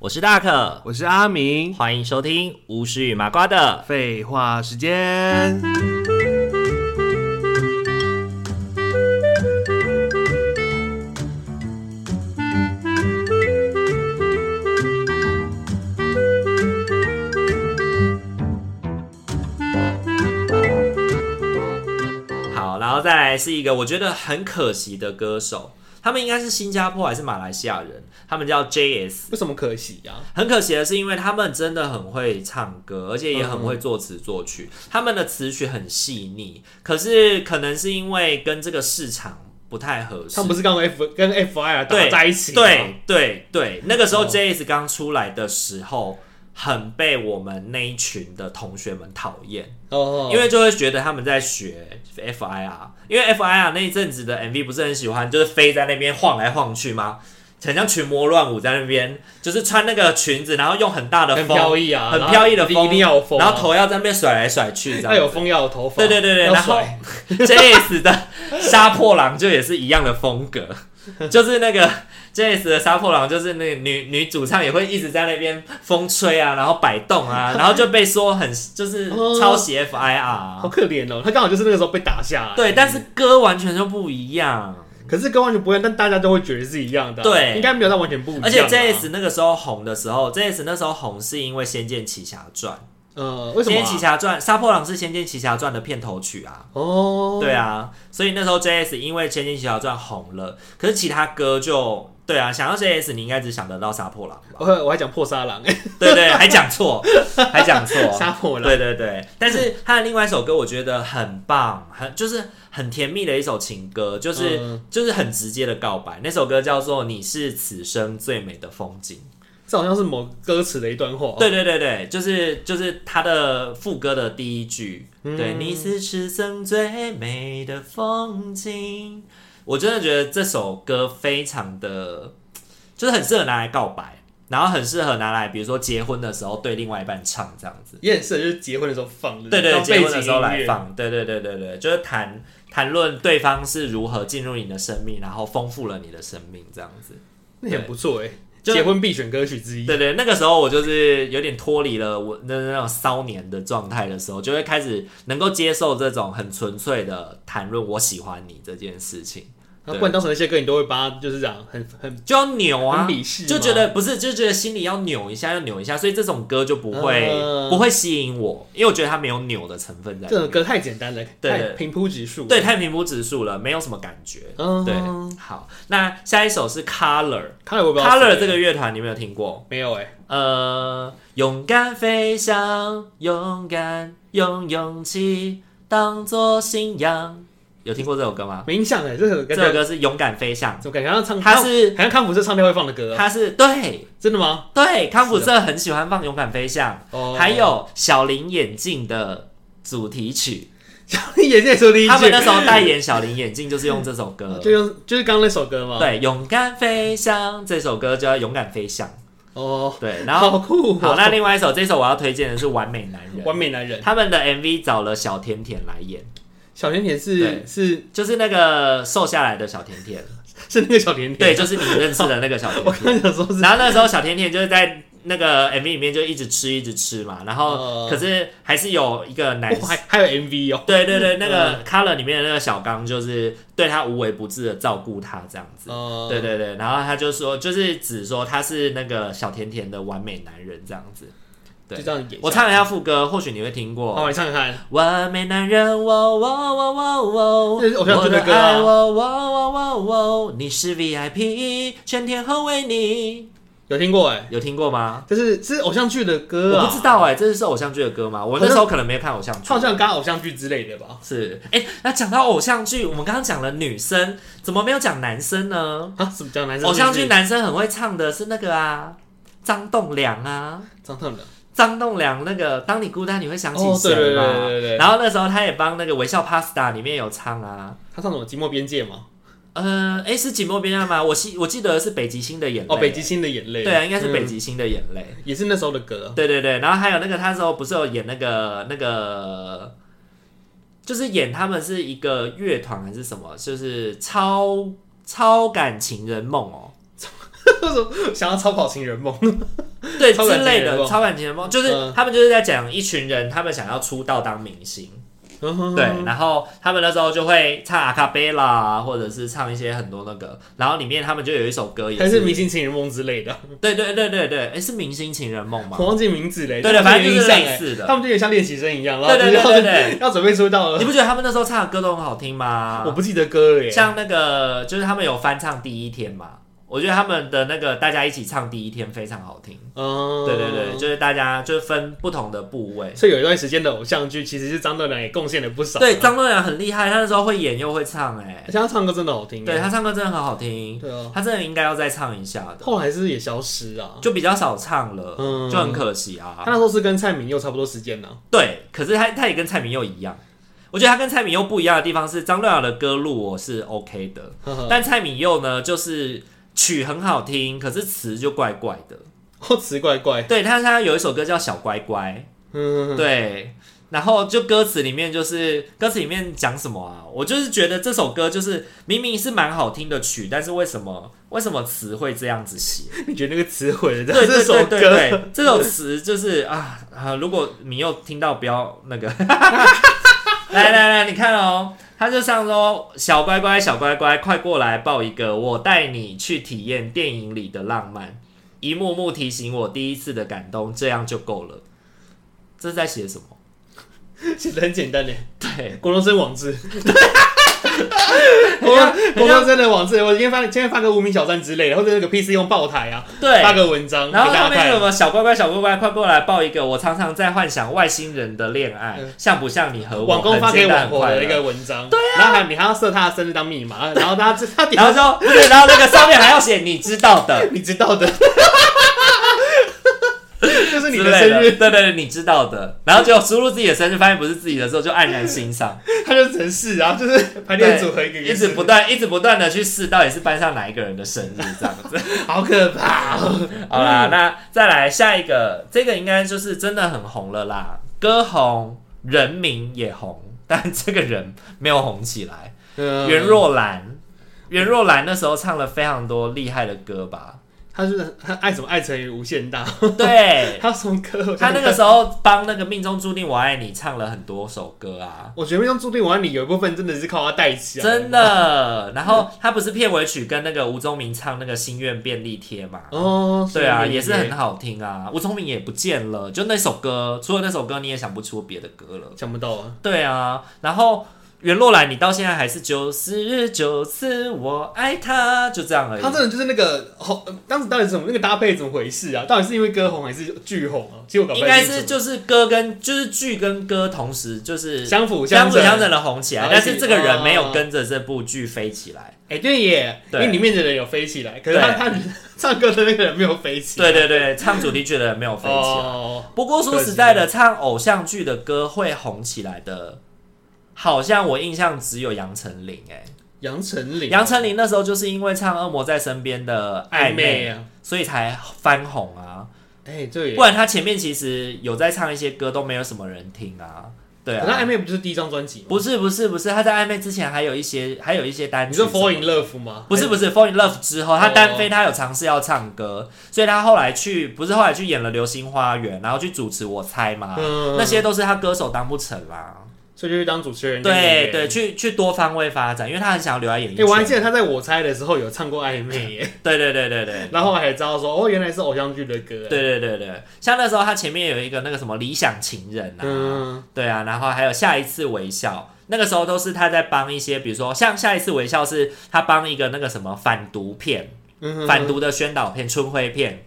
我是大可，我是阿明。欢迎收听巫师与麻瓜的。废话时间，好，然后再来是一个我觉得很可惜的歌手，他们应该是新加坡还是马来西亚人，他们叫 JS。为什么可惜啊呀、很可惜的是，因为他们真的很会唱歌，而且也很会作词作曲。他们的词曲很细腻，可是可能是因为跟这个市场不太合适他。们不是刚 F 跟 FIR 打对在一起吗，对对对，那个时候哦 JS 刚出来的时候，很被我们那一群的同学们讨厌。哦，因为就会觉得他们在学 FIR，因为 FIR 那一阵子的 MV 不是很喜欢，就是飞在那边晃来晃去吗？很像群魔乱舞在那边，就是穿那个裙子，然后用很大的很风，飘逸啊，很飘逸的然后风，一定要有风啊，然后头要在那边甩来甩去，这样要有风要有头发，对对对对，要然后甩 JS 的杀破狼就也是一样的风格，就是那个 JS 的杀破狼，就是那个女女主唱也会一直在那边风吹啊，然后摆动 啊，然后就被说很就是哦抄袭 FIR，啊、好可怜哦，他刚好就是那个时候被打下来，对，但是歌完全就不一样，可是跟完全不一样，但大家都会觉得是一样的啊，对应该没有到完全不一样啊，而且 JS 那个时候红的时候，JS 那时候红是因为《仙剑奇侠传》，呃，《为什么仙剑奇啊？侠传》杀破狼是《仙剑奇侠传》的片头曲啊。哦，对啊，所以那时候 JS 因为《千金小小传》红了，可是其他歌就对啊，想到 JS 你应该只想得到杀破狼 吧？我还我还讲破沙狼，对对，还讲错， 还讲错， 杀破狼，对对对。但是他的另外一首歌我觉得很棒，很就是很甜蜜的一首情歌，就是、嗯就是很直接的告白。那首歌叫做《你是此生最美的风景》。这好像是某歌词的一段话，对对对对，就是就是他的副歌的第一句，对，你是此生最美的风景。我真的觉得这首歌非常的，就是很适合拿来告白，然后很适合拿来，比如说结婚的时候对另外一半唱这样子。也很适合就是结婚的时候放的，对对，当结嗯背婚景的时候音来乐，放，对对对对对，就是谈谈论对方是如何进入你的生命，然后丰富了你的生命这样子。那很不错哎，就结婚必选歌曲之一，对对，那个时候我就是有点脱离了我那那种骚年的状态的时候，就会开始能够接受这种很纯粹的谈论我喜欢你这件事情，然后不然当时那些歌你都会把它就是讲很很就要扭啊很鄙视，吗就觉得不是，就觉得心里要扭一下，要扭一下，所以这种歌就不会、嗯不会吸引我，因为我觉得它没有扭的成分在里这种面，歌太简单了，对太平铺直述，对，太平铺直述了，没有什么感觉。嗯，对，好，那下一首是 Color。看来我不知道 Color 谁这个乐团你没有听过？没有哎，呃，勇敢飞翔，勇敢用勇气当做信仰。有听过这首歌吗？没印象哎，这首这感首觉歌是《勇敢飞翔怎么感觉好像唱，》，他是好像康复社唱片会放的歌啊，他是对真的吗？对，康普社很喜欢放《勇敢飞翔哦》，还 有小林眼镜的主题曲。眼镜说第一他们句那时候代言小林眼镜就是用这首歌。就用就是刚刚那首歌嘛，，对，《勇敢飞翔》这首歌叫《勇敢飞翔》。哦，对，然后好酷哦，好，那另外一首，这首我要推荐的是《完美男人》。完美男人，他们的 MV 找了小甜甜来演，小甜甜对是是就是那个瘦下来的小甜甜，是那个小甜甜，对，就是你认识的那个小 我甜刚刚甜。想说是然后那时候小甜甜就是在那个 MV 里面就一直吃一直吃嘛，然后哦可是还是有一个男哇，哦还还有 MV 哦，对对对，那个 Color 里面的那个小刚就是对他无微不至的照顾他这样子。哦，对，对对，然后他就说，就是指说他是那个小甜甜的完美男人这样子。对就这样演，我唱一下副歌，或许你会听过。好，你唱看看，完美男人，哇哇哇哇哇！这是偶像剧的我歌啊的爱哇哇哇哇哇！你是 VIP，全天候为你。有听过哎，有听过吗？这是这是偶像剧的歌我啊，不知道哎、这是偶像剧的歌吗？我那时候可能没看偶像剧。它好像刚偶像剧之类的吧，是哎、那讲到偶像剧，我们刚刚讲了女生，怎么没有讲男生呢？啊，什么讲男生偶像剧男男生很会唱的是那个啊，张栋梁啊。张栋梁，张栋梁那个，当你孤单，你会想起哦对谁嘛？对对对对对然后那时候他也帮那个《微笑 Pasta》里面有唱啊，他唱什么《寂寞边界》吗？呃，哎，是《寂寞边疆》吗？我记我记得是北极星的眼泪。哦，北极。星的眼泪。对啊，应该是北嗯，极星的眼泪。也是那时候的歌。 对对对，然后还有那个，他那时候不是有演那个那个，就是演他们是一个乐团还是什么，就是超超感情人梦哦。想要超跑情人梦，对 超感之类情人的梦超感情人梦，就是、嗯他们就是在讲一群人，他们想要出道当明星， 嗯对，然后他们那时候就会唱阿卡贝拉，啊或者是唱一些很多那个，然后里面他们就有一首歌也 还是是明星情人梦之类的，对对对对对，哎，是明星情人梦吗我？忘记名字嘞。对的但反正就是哦有印象类哎似的他们就有点像练习生一样，然后对对对对对，要准备出道你了。不觉得他们那时候唱的歌都很好听吗？我不记得歌了耶，像那个就是他们有翻唱第一天嘛，我觉得他们的那个大家一起唱第一天非常好听。嗯，对对对，。就是大家就是分不同的部位。所以有一段时间的偶像剧，其实是张栋梁也贡献了不少。对，，张栋梁很厉害，他那时候会演又会唱、哎而且他唱歌真的好听。对，他唱歌真的很好听，对啊，他真的应该要再唱一下的，后来是不是也消失啊？就比较少唱了，哦嗯就很可惜啊他。那时候是跟蔡明佑差不多时间呢。对，可是他他也跟蔡明佑一样，我觉得他跟蔡明佑不一样的地方是张栋梁的歌路我是 OK 的，呵呵但蔡明佑呢就是曲很好听，可是词就怪怪的。哦，奇怪怪，对，他他有一首歌叫《小乖乖》，嗯，对，然后就歌词里面就是歌词里面讲什么啊？我就是觉得这首歌就是明明是蛮好听的曲，但是为什么为什么词会这样子写？你觉得那个词毁了对 这对首对对歌？对，这首词就是啊啊！如果你又听到，不要那个。 来来来，你看哦，他就唱说：“小乖乖，小乖乖，快过来抱一个，我带你去体验电影里的浪漫，一幕幕提醒我第一次的感动，这样就够了。”这是在写 什么？写的很简单呢。对，国中生网志，国中国中生的网志，我今天发今天发个无名小站之类的，或者那个 PC 用爆台啊，对，发个文章给然后大后家面有什看。么小乖乖小乖乖快过来抱一个，我常常在幻想外星人的恋爱嗯，像不像你和我？网工发很给简单网很婆快的乐一个文章，对啊，然后还你还要设他的生日当密码，然后他他点然后就不是，然后那个上面还要写你知道的你知道的，就是 你之的类生的，日，对对对，你知道的。然后就输入自己的生日，发现不是自己的时候，就黯然心 伤。他就成是啊，就是 排列组合一个一意直思，不断、一直不断的去试，到底是班上哪一个人的生日 这样子。好可怕 哦。好啦，那再来下一个，这个应该就是真的很红了啦，歌红人名也红，但这个人没有红起来。袁圆，若兰，袁若兰那时候唱了非常多厉害的歌 吧？他是他爱什么爱成于无限大，对，他什么歌？ 我她想那个时候帮那个《命中注定我爱你》唱了很多首歌啊，我觉得《命中注定我爱你》有一部分真的是靠他带起来，真的。然后她不是片尾曲跟那个吴宗明唱那个《心愿便利贴》嘛？哦，对啊，是也是很好听啊。吴宗明也不见了，就那首歌，除了那首歌，你也想不出别的歌了。想不到啊，对啊，然后袁若兰，你到现在还是九十九次我爱她，就这样而已。他真的就是那个红，当时到底是怎么那个搭配怎么回事啊？到底是因为歌红还是剧红啊？其实我搞不应该太清是楚就是歌跟就是剧跟歌同时就是相啊辅相辅成。相成的红起来，然后一但起是这个人没哦有跟着这部剧飞起来。哎、对耶，因对为里面的人有飞起来，可是他他 唱歌的那个人没有飞起来，对对对，唱主题曲的人没有飞起来。哦，不过说实在的，唱偶像剧的歌会红起来的，好像我印象只有杨丞琳哎、杨丞琳，杨丞琳那时候就是因为唱《恶魔在身边》的暧暧昧昧，啊，所以才翻红啊。哎、对不耶，然她前面其实有在唱一些歌，都没有什么人听啊。对可是暧啊，昧不就是第一张专辑吗？不是不是不是，她在暧昧之前还有一些还有一些单你曲说什《么的。 Fall in Love》吗？哎不是不是《Fall in Love》之后，他哦单飞，他有尝试要唱歌，所以他后来去不是后来去演了《流星花园》，然后去主持《我猜》嘛，嗯那些都是他歌手当不成啦。所以就是当主持人，对对，嗯对。去去多方位发展，因为他很想要留在演艺哎、我还记圈。得他在我猜的时候有唱过暧 昧耶，对对对对对。然后我还知道说哦，原来是偶像剧的歌。，对对对对，像那时候他前面有一个那个什么理想情人啊，嗯，对啊，然后还有下一次微笑，那个时候都是他在帮一些，比如说像下一次微笑是他帮一个那个什么反毒片、嗯哼反毒的宣导片、春晖片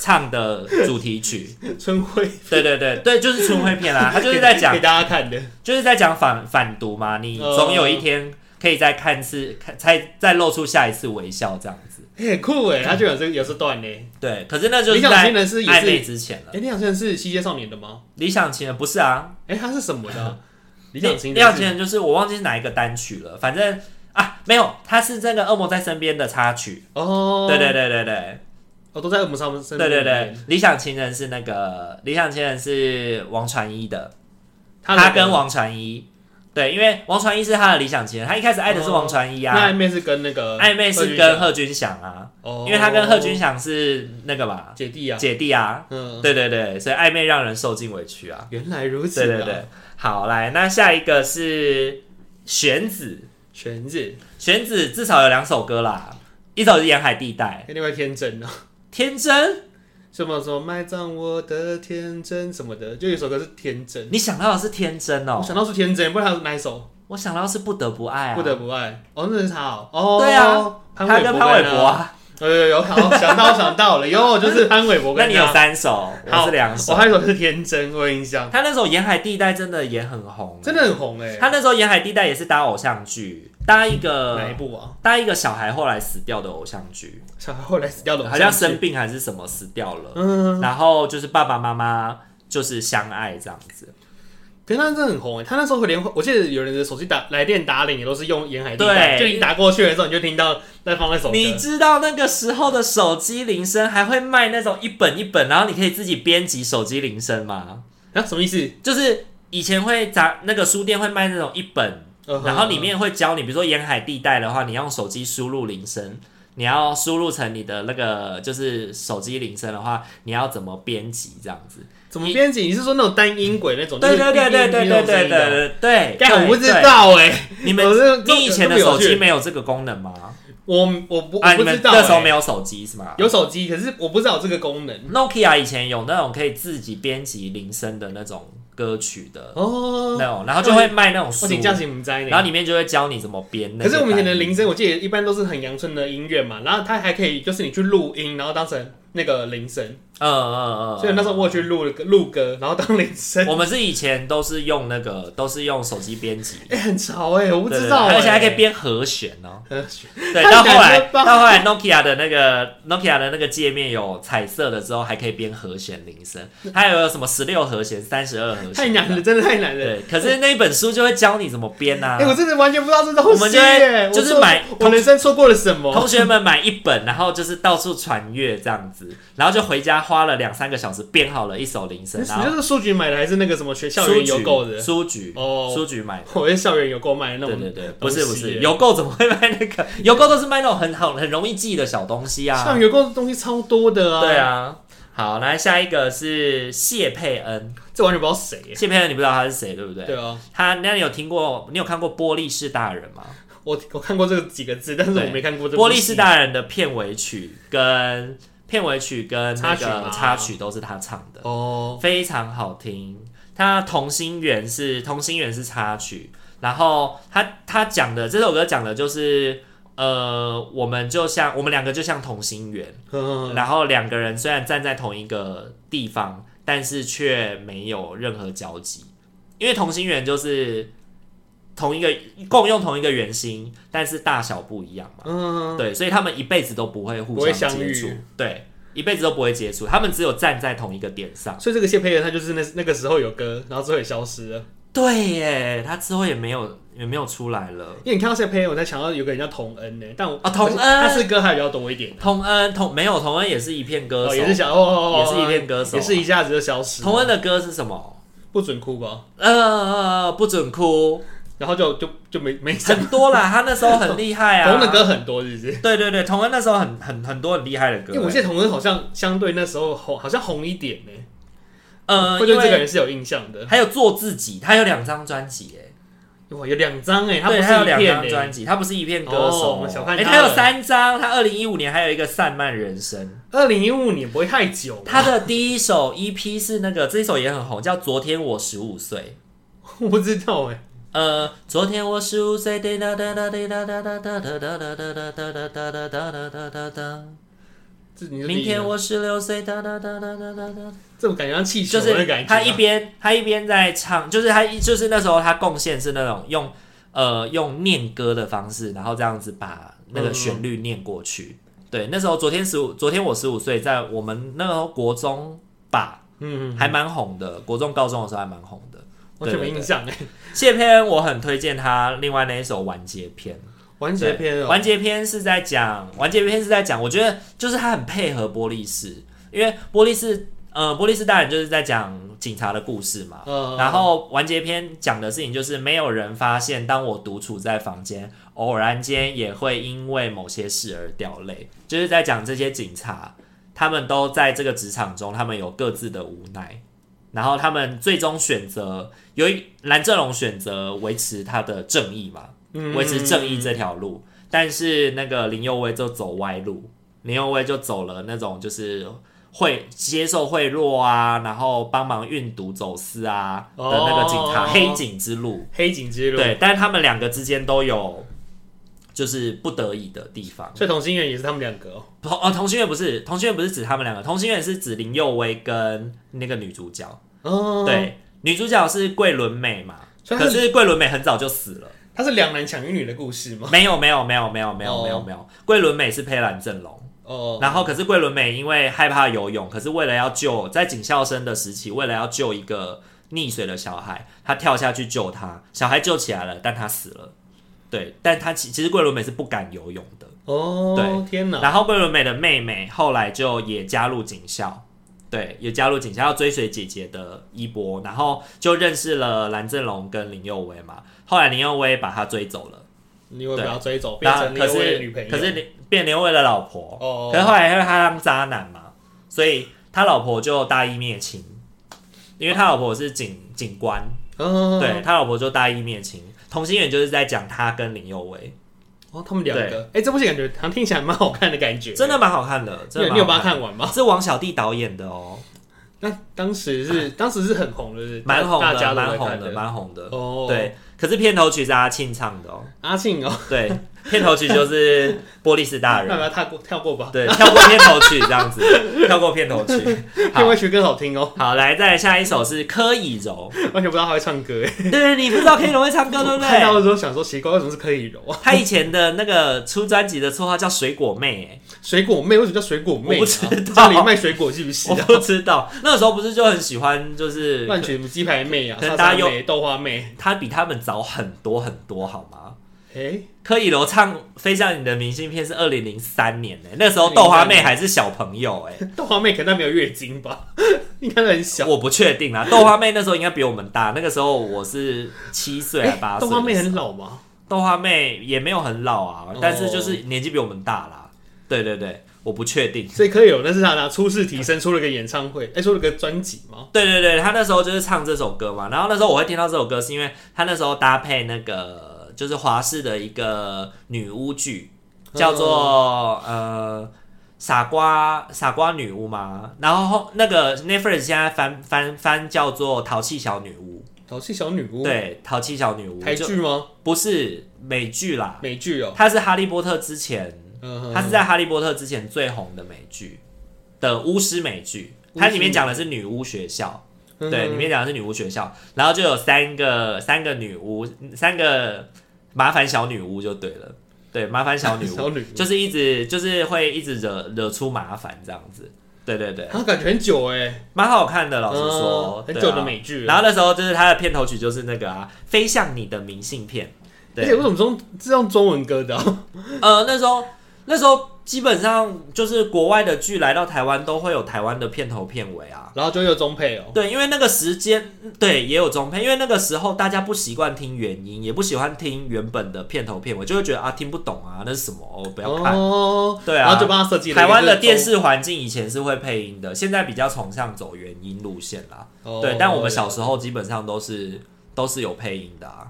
唱的主题曲， 嗯春晖对对对对，就是春晖片 啦，他就是在讲给，大家看的，就是在讲反反毒嘛，你呃总有一天可以再看次，看再再露出下一次微笑这样子。欸很酷哎，他就有这个有这 段呢。对，可是那就是理想在情人是也是暧昧之前了哎，。理想情人是西街少年的吗？理想情人不是啊，哎，他是什么的啊？理理想情理人想是情人就是我忘记是哪一个单曲了，反正啊没有，它是这个《恶魔在身边》的插曲。哦，对对，对对对哦，都在我们上面身对边。对对，，理想情人是那个理想情人是王传一的，他他的跟王传一对，因为王传一是他的理想情人，他一开始爱的是王传一那啊，暧昧是跟那个暧昧是跟贺军翔啊，哦因为他跟贺军翔是那个嘛姐弟啊，姐弟啊，嗯，对对对，所以暧昧让人受尽委屈啊。原来如此、啊，对对对，，好来，那下一个是玄子，全子，玄子至少有两首歌啦，一首是《沿海地带》，另外天真啊，天真，什么什么埋葬我的天真什么的，就有一首歌是天真，你想到的是天真哦我，想到是天真，不然还有哪一首？我想到的是不得不爱啊，不得不爱，哦，那是他哦，哦，对啊，潘他玮柏跟潘玮跟柏他，啊，有有 有，好，想到想到了，有就是潘玮柏跟那他，你有三首，我好是两首我。还有一首是天真，我有印象，他那时候《沿海地带》真的也很红，真的。很红哎、他那呃时候《沿海地带》也是搭偶像剧，搭一哪一个部啊？搭一个小孩后来死掉的偶像剧，小孩后来死掉的偶好像剧，像生病还是什么死掉了，嗯，然后就是爸爸妈妈就是相爱这样子。可是他真的很红哎、他那时候连我记得有人的手机打来电打铃也都是用沿海地带，就对你打过去的时候你就听到在放那首歌，你知道那个时候的手机铃声还会卖那种一本一本，然后你可以自己编辑手机铃声吗？啊什么意思？就是以前会杂那个书店会卖那种一本嗯然后里面会教你，比如说沿海地带的话，你用手机输入铃声，你要输入成你的那个就是手机铃声的话，你要怎么编辑这样子？怎么编辑？你是说那种单音轨那种？对就是对对对对哔哔哔哔对那种声对音的对对，干我不知对。道哎、对你们我这你以前的这么有手机趣没有这个功能吗？我我不啊，我你不们知道、那时候欸，没有手机是吗有手机，可是我不知道有这个功能？Nokia 以前有那种可以自己编辑铃声的那种歌曲的哦。那种，然后就会卖那种书我，请假请我们摘然后呢。里面就会教你怎么编那可个单。是我们以前的铃声，我记得一般都是很阳春的音乐嘛，然后它还可以就是你去录音，然后当成那个铃声，嗯，嗯嗯嗯，所以那时候我有去录了个录歌，然后当铃声，我们是以前都是用那个，都是用手机编辑，哎、很潮哎、我不对知对道、对欸，而且还可以编和弦 哦。呃。对，太到后感来人了吧到后来 Nokia 的那个 Nokia 的那个界面有彩色的之后，还可以编和弦铃 声，还有什么十六和弦、三十二和弦，啊太难了，。真的太难了。对，可是那一本书就会教你怎么编啊哎、。我真的完全不知道这东我们西就会耶！就是我错买我人生错过了什么？同学们买一本，然后就是到处传阅这样子，然后就回家花了两三个小时编好了一首铃声，你然你后就是书局买的还是那个什么学校书园邮局购的？书局哦书局买的。我在校园邮购买的那对种。对对，不是不东西是，耶邮购怎么会卖那个？ 邮购都是卖那种很好、很容易记的小东西校啊园。邮购的东西超多的啊。对，啊，好，来下一个是谢佩恩，这完全不知道谁耶。谢佩恩你不知道他是谁对不对？对啊，他那你有听过？你有看过《玻璃是大人》吗？我我看过这几个字，但是我对没看过《这玻部璃戏是大人》的片尾曲跟片尾曲跟那插曲吗个插曲都是他唱的，哦，非常好听。他同心圆是同心圆是插曲，然后他他讲的这首歌讲的就是呃，我们就像我们两个就像同心圆，嗯，然后两个人虽然站在同一个地方，但是却没有任何交集，因为同心圆就是同一个共用同一个圆心，但是大小不一样嘛。嗯，对，所以他们一辈子都不会互不会相相接遇触，对，一辈子都不会接触，他们只有站在同一个点上。所以这个谢佩恩他就是那那个时候有歌，然后之后也消失了。对耶，他之后也没有也没有出来了。因为你看到谢佩恩，我才想到有个人叫童恩呢，但我啊童恩他是歌还比较多一点，童恩童没有童恩也是一片歌手，哦，也是想哦哦，哦也是一片歌手也是一下子就消失。童恩的歌是什么？不准哭吧，呃，不准哭，然后就就就没没 上。很多啦，他那时候很厉害啊。童恩的歌很多，是不是？对对对，童恩那时候很很很多很厉害的歌、因为我记得童恩好像相对那时候红，好像红一点呢。呃，会因对这个为人是有印象的。还有做自己，他有两张专辑哎，哇，有两张哎，他不对，是他有一两片张哎专。辑，他不是一片歌哦我手，们小看哎他他有了三张，他二零一五年还有一个《散漫人生》，二零一五年不会太久吧，他的第一首 EP 是那个，这一首也很红，叫《昨天我十五岁》。 我不知道哎。呃，昨天我十五岁，滴答答答滴答答答答答答答答答答答答答答答答。这你是第一明天个我十六岁，哒哒哒哒哒哒哒。这种感觉像气球就的是感觉啊。他一边他一边在唱，就是他一就是那时候他贡献是那种用呃用念歌的方式，然后这样子把那个旋律念过去。对，那时候昨天十五，昨天我十五岁，在我们那时候国中吧，嗯，嗯，还蛮红的，国中高中的时候还蛮红的。完全没印象哎。谢佩恩，我很推荐他另外那一首《完结篇》。完结篇哦，完结篇是在讲，完结篇是在讲，我觉得就是他很配合玻璃士，因为玻璃士呃，《波利斯大人》就是在讲警察的故事嘛。嗯然后完结篇讲的事情就是，没有人发现，当我独处在房间，偶然间也会因为某些事而掉泪，就是在讲这些警察，他们都在这个职场中，他们有各自的无奈，然后他们最终选择，由于蓝正龙选择维持他的正义嘛，嗯维持正义这条路，但是那个林佑威就走歪路，林佑威就走了那种就是会接受贿赂啊，然后帮忙运毒走私啊的那个警察、哦嗯黑警之路。黑警之路，对，但是他们两个之间都有就是不得已的地方。所以同心圆也是他们两个哦。同哦，同心圆不是同心圆，不是指他们两个，同心圆是指林佑威跟那个女主角。哦，，对，女主角是桂纶镁嘛，所以她可是是桂纶镁很早就死了。它是两男抢一女的故事吗？没有没有没有没有没有哦没有没有，桂纶镁是配蓝正龙，哦，然后可是桂纶镁因为害怕游泳，可是为了要救在警校生的时期，为了要救一个溺水的小孩，她跳下去救他，小孩救起来了，但他死了。对，但他其其实桂纶镁是不敢游泳的。哦对，天哪，然后桂纶镁的妹妹后来就也加入警校，对，也加入警校，要追随姐姐的衣钵，然后就认识了蓝正龙跟林佑威嘛。后来林佑威把她追走了。你以为不要追走，变然后成你可的是女朋友？可是你变刘伟的老婆，哦可是后来因为他当渣男嘛，所以他老婆就大义灭亲，因为他老婆是警警官，哦，对他老婆就大义灭亲。同心圆就是在讲他跟林佑威，哦，他们两个，哎，这部戏感觉好像听起来蛮好看的感觉，真的蛮好看的，你真有的你有把蛮它好看看完吗？的，是王小弟导演的哦，那当时是当时是很红的，是不是啊蛮红大家的，都蛮在红看的，蛮红的。哦，，对，可是片头曲是阿庆唱的哦，阿庆哦，对， 片头曲就是《波利斯大人那不》，要跳过跳过吧，对，跳过片头曲这样子，跳过片头曲。好片尾曲更好听哦，好，来，再来下一首是柯以柔。完全不知道他会唱歌哎， 对，你不知道柯以柔会唱歌，对不看到对？的时候想说奇怪，为什么是柯以柔啊？她以前的那个出专辑的绰号叫水果妹、水果妹为什么叫水果妹我啊？不知道家里卖水果是不是 哎，我啊？不知道，那个时候不是就很喜欢，就是乱取什么鸡排妹啊，可沙能大沙家又妹、豆花妹，她比他们早很多很多，好吗？哎，柯以柔唱《飞向你的明信片》是二零零三年呢、那时候豆花妹还是小朋友哎、 豆花妹可能她没有月经吧，应该很小。我不确定啦。豆花妹那时候应该比我们大，那个时候我是七岁还哎八 岁。豆花妹很老吗？豆花妹也没有很老啊哦，但是就是年纪比我们大啦。对对对，我不确定。所以柯以柔那是她拿初试提升出了个演唱会，哎，出了个专辑吗？对对对，他那时候就是唱这首歌嘛，然后那时候我会听到这首歌，是因为他那时候搭配那个就是华视的一个女巫剧，叫哦做、呃傻瓜傻瓜女巫嘛，然后那个 Netflix 现在翻翻翻叫做淘气小女巫，淘气小女巫，，对，淘气小女巫哦台就剧吗？不是美剧啦，美剧哦，它是哈利波特之前嗯它哼，是在《哈利波特》之前最红的美剧的巫师美剧，它里面讲的是女巫学校，嗯对，里面讲的是女巫学校，然后就有三个三个女巫，三个麻烦小女巫就对了，对，麻烦小女 小巫女巫就是一直就是会一直惹惹出麻烦这样子，对对对，她啊感觉很久哎，蛮好看的，老实说嗯，很对久啊的美剧了然后那时候就是它的片头曲就是那个啊，飞向你的明信片，而对且，为什么中是用中文歌的啊？呃，那时候那时候基本上就是国外的剧来到台湾都会有台湾的片头片尾啊。 然后就又中配哦，对，因为那个时间对也有中配，因为那个时候大家不习惯听原音，也不喜欢听原本的片头片尾，就会觉得啊听不懂啊，那是什么？哦、不要看。哦，对啊然后就帮他设计了一个台湾的就是电视环境以前是会配音的，现在比较崇尚走原音路线啦。中，对，但我们小候时候基本上都是都是有配音的啊。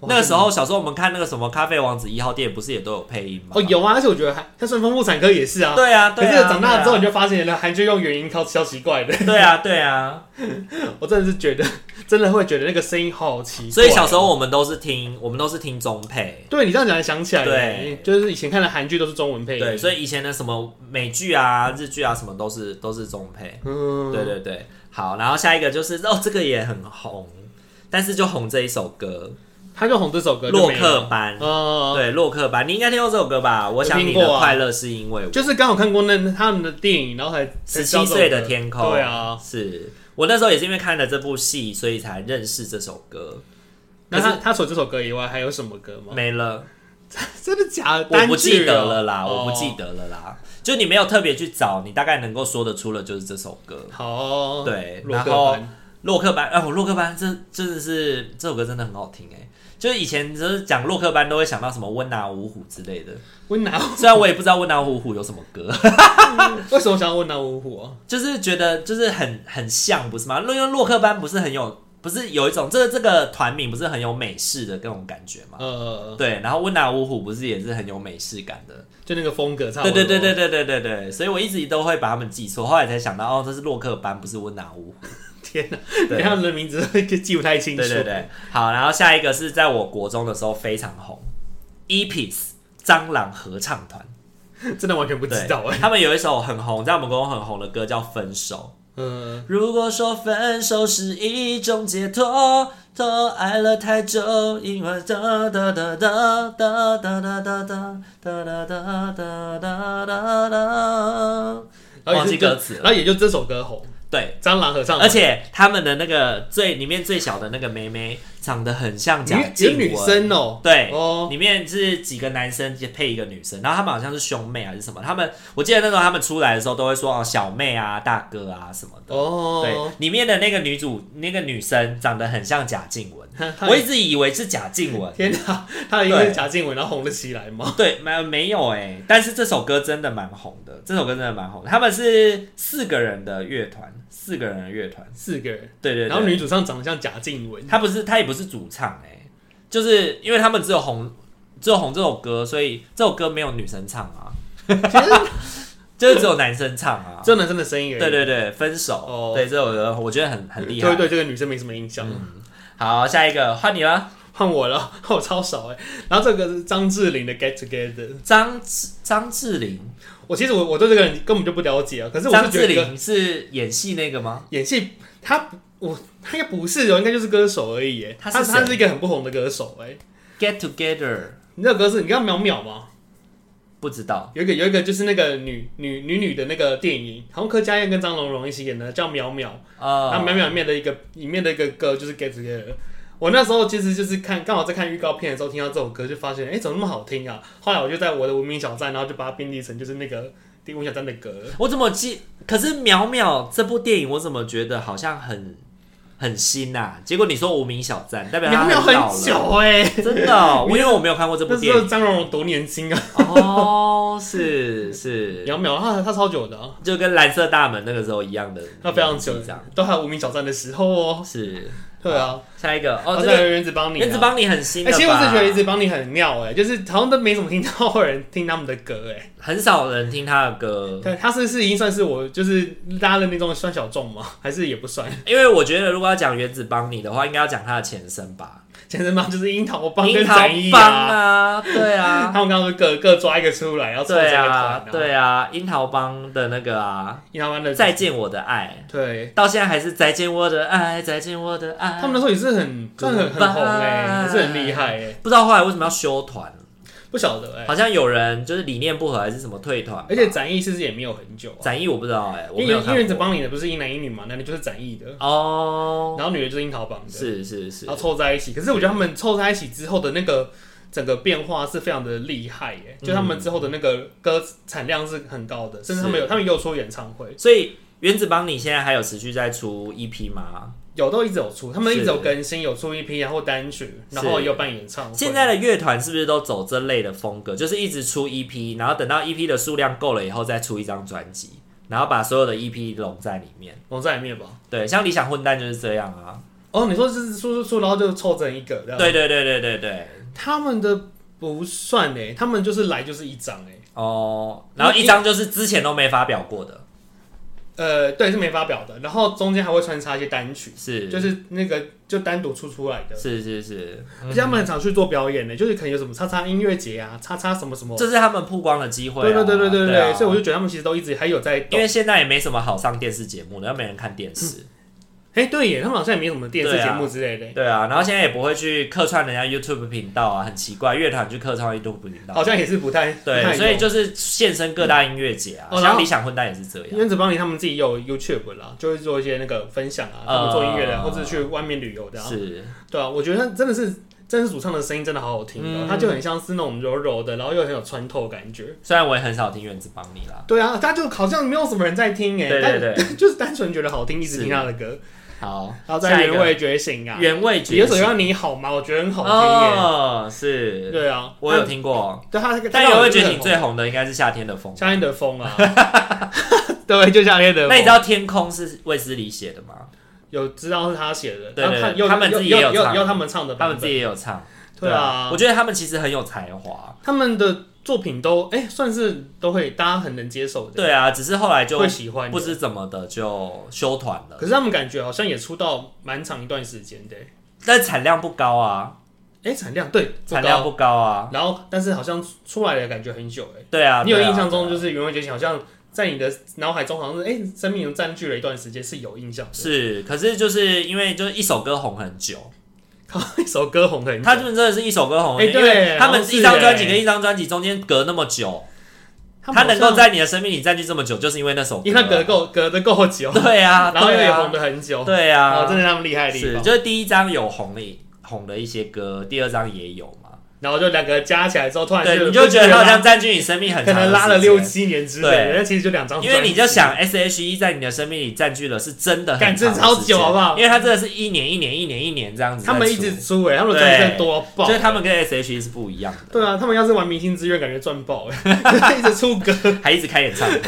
哇那个时候小时候我们看那个什么《咖啡王子一号店》，不是也都有配音吗？哦有啊，而且我觉得还像顺丰妇产科也是啊，对啊，可对啊。是长大对啊之后你就发现了韩剧用原音超超奇怪的，对啊，对啊， 我真的是觉得 真的会觉得那个声音好奇怪，所以小时候我们都是听，我们都是听中配，对你这样讲，想起来了，对就是以前看的韩剧都是中文配音，对，所以以前的什么美剧啊、日剧啊，什么都是都是中配，嗯，对对对。好，然后下一个就是哦，这个也很红，但是就红这一首歌他就红这首歌《就洛没了克，班》，哦，对，《洛克班》，你应该听过这首歌吧？我想你听过的啊快乐是因为我。就是刚好看过那他们的电影，然后才十七岁的天空，对啊，，是我那时候也是因为看了这部戏，所以才认识这首歌。那可他是 他除了这首歌以外还有什么歌吗？没了，真的假的？我不单记句得哦了啦，我哦不记得了啦。就你没有特别去找，你大概能够说得出的就是这首歌。好，对，洛然克后班洛克班，哦，洛克班这真的是这首歌真的很好听哎。就是以前就是讲洛克班都会想到什么温拿五虎之类的，温拿，虽然我也不知道温拿五虎有什么歌， 为什么想要温拿五虎啊？就是觉得就是很很像，不是吗？因为洛克班不是很有，不是有一种这这个团名不是很有美式的那种感觉嘛？呃，对，然后温拿五虎不是也是很有美式感的，就那个风格差不对多。对对对对对对对，所以我一直都会把他们记错，后来才想到哦，这是洛克班，不是温拿五虎。 天哪，对 你看人名字都记不太清楚。对对对，好，然后下一个是在我国中的时候非常红，E-Piece 蟑螂合唱团，真的完全不对知道哎。他们有一首很红，在我们国中很红的歌叫《分手》。嗯，如果说分手是一种解脱，都爱了太久，因为哒哒哒哒哒哒哒哒哒哒哒哒哒哒哒哒。然后忘也记就歌词然了。后也就这首歌红，对，蟑螂合唱而团，且他们的那个最里面最小的那个妹妹长得很像贾女静有雯，女生哦，对，哦，里面是几个男生配一个女生，然后他们好像是兄妹还是什么。他们我记得那时候他们出来的时候都会说哦小妹啊、大哥啊什么的。哦对，，里面的那个女主那个女生长得很像贾静 雯，对我一直以为是贾静雯。天哪，他因为对贾静雯然后红了起来吗？对，没没有哎、但是这首歌真的蛮红的，这首歌真的蛮红的。他们是四个人的乐团，四个人的乐团，四个人，对对对。然后女主唱长得像贾静雯，他不是，他也不是主唱哎、就是因为他们只有红，只有红这首歌，所以这首歌没有女生唱啊， 就是只有男生唱啊。这男生的声音而已。对对对，分手，哦对这首歌我觉得很很厉就会害。嗯对这个女生没什么印象。好，下一个换你了，换我了，我超少哎、然后这个是张智霖的《Get Together》，张智张智霖，我其实我我对这个人根本就不了解啊，可是我张是智觉得霖是演戏那个吗？演戏他不我他应该不是哦，应该就是歌手而已哎、他是他谁他是一个很不红的歌手哎、 ？Get Together，你那个歌是你知道淼淼吗？不知道，有一个有一个就是那个女女女女的那个电影，好像柯佳燕跟张龙荣一起演的，叫淼淼。那呃，淼淼里面的一个里面的一个歌就是《Get Together》。我那时候其实就是看刚好在看预告片的时候听到这首歌，就发现哎、诶怎么那么好听啊！后来我就在我的文明小站，然后就把它编辑成就是那个《文明小站》的歌。我怎么记？可是淼淼这部电影，我怎么觉得好像很很新呐、结果你说无名小站，代表它淼淼老啊很了久哎、诶真的 哦、我因为我没有看过这部那电时候影。张荣荣多年轻啊！哦，是是，淼淼他他超久的、啊，就跟蓝色大门那个时候一样的，他非常久这样。，都还有文明小站的时候哦。是对啊，下一个哦，好这在个原子帮你、啊，原子帮你很新哎、的吧，其实我是觉得原子帮你很妙哎、就是好像都没怎么听到有人听他们的歌哎、很少人听他的歌，对，他是是已经算是我就是大家认定中的算小众吗？还是也不算？因为我觉得如果要讲原子帮你的话，应该要讲他的前身吧，健身帮就是樱桃帮樱跟桃展翼帮啊，啊，对 啊，他们刚刚各各抓一个出来，然后凑成一对个团啊啊，，对啊，樱桃帮的那个啊，樱桃帮的再见我的爱，对，到现在还是再见我的爱，再见我的爱，他们那时候也是很算很很红哎、也是很厉害哎、不知道后来为什么要休团。不晓得哎、好像有人就是理念不合还是什么退团吧，而且展翼其实也没有很久、啊，展翼我不知道哎、我因为没有因为只看过。帮你的不是一男一女嘛，男的就是展翼的，哦，然后女的就是樱桃帮的，是是是然，后凑在一起。可是我觉得他们凑在一起之后的那个整个变化是非常的厉害耶，嗯就他们之后的那个歌产量是很高的，甚至他们有他们也有出演唱会，所以原子邦你现在还有持续在出 EP 吗？有都一直有出，他们一直是有更新，有出一批，然后单曲，是然后也有办演唱会。现在的乐团是不是都走这类的风格，就是一直出 E EP，然后等到 EP 的数量够了以后再出一张专辑，然后把所有的 EP 拢在里面。龙在里面吧？对，像理想混蛋就是这样啊。哦，你说是出出出，然后就凑成一个，这样，对对对对对对。他们的不算哎，他们就是来就是一张哎，哦，然后一张就是之前都没发表过的，呃，对，是没发表的，然后中间还会穿插一些单曲，是就是那个就单独出出来的。是是是，而且他嗯们很常去做表演的，就是可能有什么叉叉音乐节啊，叉叉什么什么，这是他们曝光的机会、啊。对对对对对对，啊所以我就觉得他们其实都一直还有在动因。为现在也没什么好上电视节目的，又没人看电视。哎、对耶，他们好像也没什么电视对啊节目之类的，对啊，然后现在也不会去客串人家 YouTube 频道啊，很奇怪，乐团去客串 YouTube 频道好。像也是不太不太啊对，有所以就是现身各大音乐节啊，哦然后像理想混蛋也是这样。原子邦尼他们自己有 YouTube 啦，就会做一些那个分享啊，呃他们做音乐的，或者去外面旅游的、啊，是，对啊，我觉得真的是真是主唱的声音真的好好听哦，嗯他就很像是那种柔柔的，然后又很有穿透感觉。虽然我也很少听原子帮你啦。对啊，他就好像没有什么人在听哎，对对 对但就是单纯觉得好听，一直是听他的歌，好，然后下在一个原味觉醒啊，原味有觉首醒叫你好吗？我觉得很好听哎，哦，是，对啊，我有听过。但，对他这个，但他原味觉真的醒很最红的应该是夏天的风。夏天的 风啊，对，就夏天的风。那你知道天空是卫斯理写的吗？有知道是他写的，对对然后看对又他们自己又也有又唱又他们唱的他版们本，自己也有唱。对啊我，觉得他们其实很有才华。他们的作品都哎、算是都会大家很能接受的，对啊，只是后来就会喜欢的不知怎么的就休团了，可是他们感觉好像也出道蛮长一段时间的、哎但产量不高啊，哎、产量对产量不不高啊高。，然后但是好像出来的感觉很久哎、对啊，你有对啊印象中对啊就是《原味觉醒》好像在你的脑海中好像是哎、生命占据了一段时间是有印象的，是，可是就是因为就是一首歌红很久， 靠一首歌红很久他们真的是一首歌红很久，哎对因为他好像们是一张专辑哎跟一张专辑中间隔那么久，他他们能好够像在你的生命里占据这么久，就是因为那首歌啊，因为他隔够隔得够 久，对啊， 然后又对也啊红的很久，对哦，啊，真的他们厉害的地是，方。就是第一张有红的一红的一些歌，第二张也有嘛，然后就两个加起来之后，突然对，你就觉得他它好像占据你生命很可长的能拉时了六间七年之类的，对那其实就两张专因辑，为你就想 S H E 在你的生命里占据了是真的很干真的长的超时间久好不好因为它真的是一年一年一年一年这样子在他出，们一直出哎、他们的对专辑真的多到爆，就是他们跟 S H E 是不一样的，对啊，他们要是玩明星志愿，感觉赚爆哎、 一直出歌，还一直开演唱会。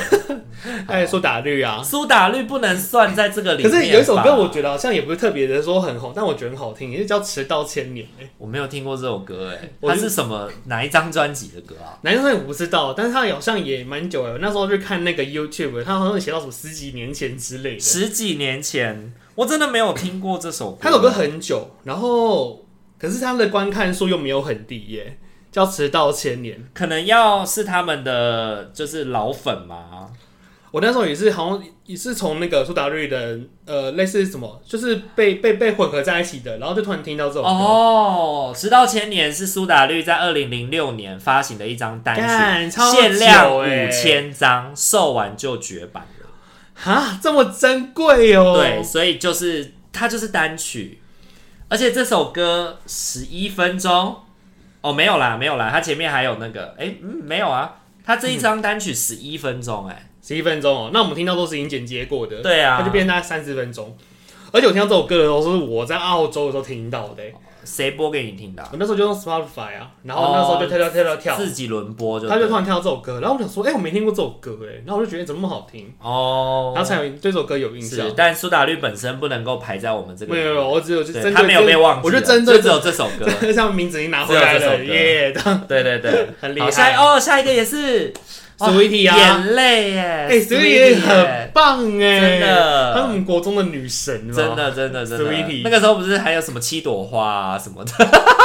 哎，说打绿啊。苏打绿不能算在这个里可面吧，是有一首歌，我觉得好像也不是特别的说很红，但我觉得很好听，也就叫《迟到千年》哎，我没有听过这首歌，哎，我它就是什么哪一张专辑的歌啊？男生我不知道，但是他好像也蛮久了。那时候去看那个 YouTube，他好像写到什么十几年前之类的。十几年前，我真的没有听过这首歌。他这首歌很久，然后可是他的观看数又没有很低耶，叫《迟到千年》。可能要是他们的就是老粉嘛，我那时候也是好像也是从那个苏打绿的呃类似什么，就是被被被混合在一起的，然后就突然听到这首歌，哦，直到前年是苏打绿在二零零六年发行的一张单曲，干超限量久欸五耶，千张，售完就绝版了。哈，这么珍贵哦。对，，所以就是它就是单曲，而且这首歌十一分钟，哦，没有啦，没有啦，它前面还有那个，哎、嗯，没有啊，它这一张单曲十一分钟、诶哎、十一分钟哦，那我们听到都是已经剪接过的，对啊它就变大概三十分钟。而且我听到这首歌的时候，是我在澳洲的时候听到的耶，欸谁播给你听的啊、我那时候就用 Spotify 啊，然后那时候哦就跳跳跳跳跳，自己轮播就他对就了，突然跳到这首歌，然后我想说，哎、我没听过这首歌，哎，然后我就觉得怎么那么好听，哦，然后才有对这首歌有印象是，。但苏打绿本身不能够排在我们这个没里有面，没有，我只有就对针对他没有这被忘记我了，就针就对只有这首歌。 这像名字已经拿回来只有这了首歌耶， 当对对对，很厉好，下一害。哦，下一个也是 Sweetie 啊眼泪耶，哎哎，所以也很棒哎，真的她是我们国中的女神，真，的真的真的 Sweetie 那个时候不是还有什么七朵花啊什么的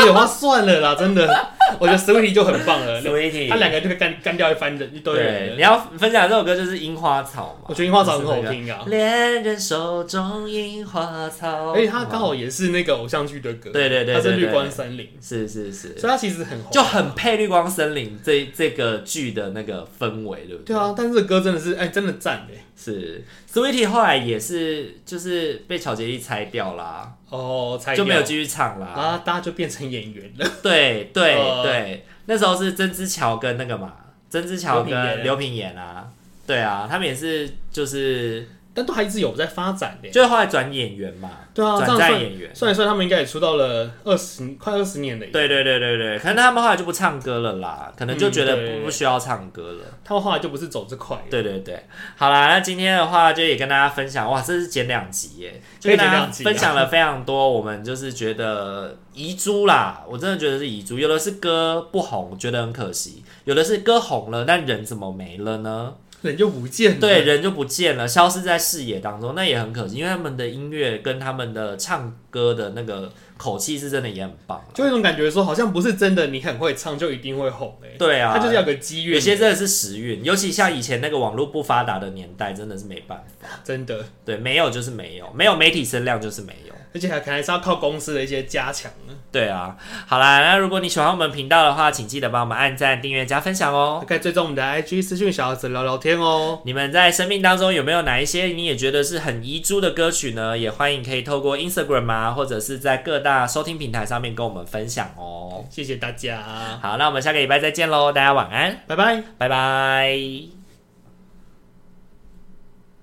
有话哎算了啦，真的，我觉得 Sweetie 就很棒 了， ，Sweetie，他两个就可以干干掉一番人一堆对，人你了。要分享这首歌就是樱花草嘛，我觉得樱花草很好就是那个。听啊，恋人手中樱花草，而且哎他刚好也是那个偶像剧的歌，对对对对他是对绿光森林，是是是，所以他其实很红就很配《绿光森林》这这个剧的那个氛围，对不对？对啊，但是这歌真的是，哎、真的赞哎。是 Sweetie 后来也是就是被乔杰利拆掉啦，哦，才就没有继续唱啦。啊，大家就变成演员了。 对对、呃对，那时候是曾之乔跟那个嘛，曾之乔跟刘刘品言啊，对啊，他们也是就是但都还一直有在发展欸的。就是后来转演员嘛，对啊，这转样战算演员。算一算，他们应该也出道了二十快二十年了。，对对对对对，可能他们后来就不唱歌了啦，可能就觉嗯对得对不对不需要唱歌了。他们后来就不是走这块了。对对对，好啦，那今天的话就也跟大家分享，哇，这是剪两集耶，就可跟以剪大家两集啊分享了非常多，我们就是觉得遗珠啦，我真的觉得是遗珠，有的是歌不红，我觉得很可惜；有的是歌红了，但人怎么没了呢？人就不见了。对，，人就不见了，消失在视野当中，那也很可惜，因为他们的音乐跟他们的唱歌的那个口气是真的也很棒啊啦。就有一种感觉说，好像不是真的，你很会唱就一定会红哎。对啊，他就是要有个机有遇，些真的是时运，尤其像以前那个网络不发达的年代，真的是没办法。真的。对，没有就是没有，没有媒体声量就是没有。而且还可能还是要靠公司的一些加强呢。对啊，好啦，那如果你喜欢我们频道的话，请记得帮我们按赞、订阅、加分享哦。可以追踪我们的 IG 私讯小孩子聊聊天哦。你们在生命当中有没有哪一些你也觉得是很遗珠的歌曲呢？也欢迎可以透过 Instagram 啊，或者是在各大收听平台上面跟我们分享哦。谢谢大家，好，那我们下个礼拜再见喽，大家晚安，拜拜。拜拜。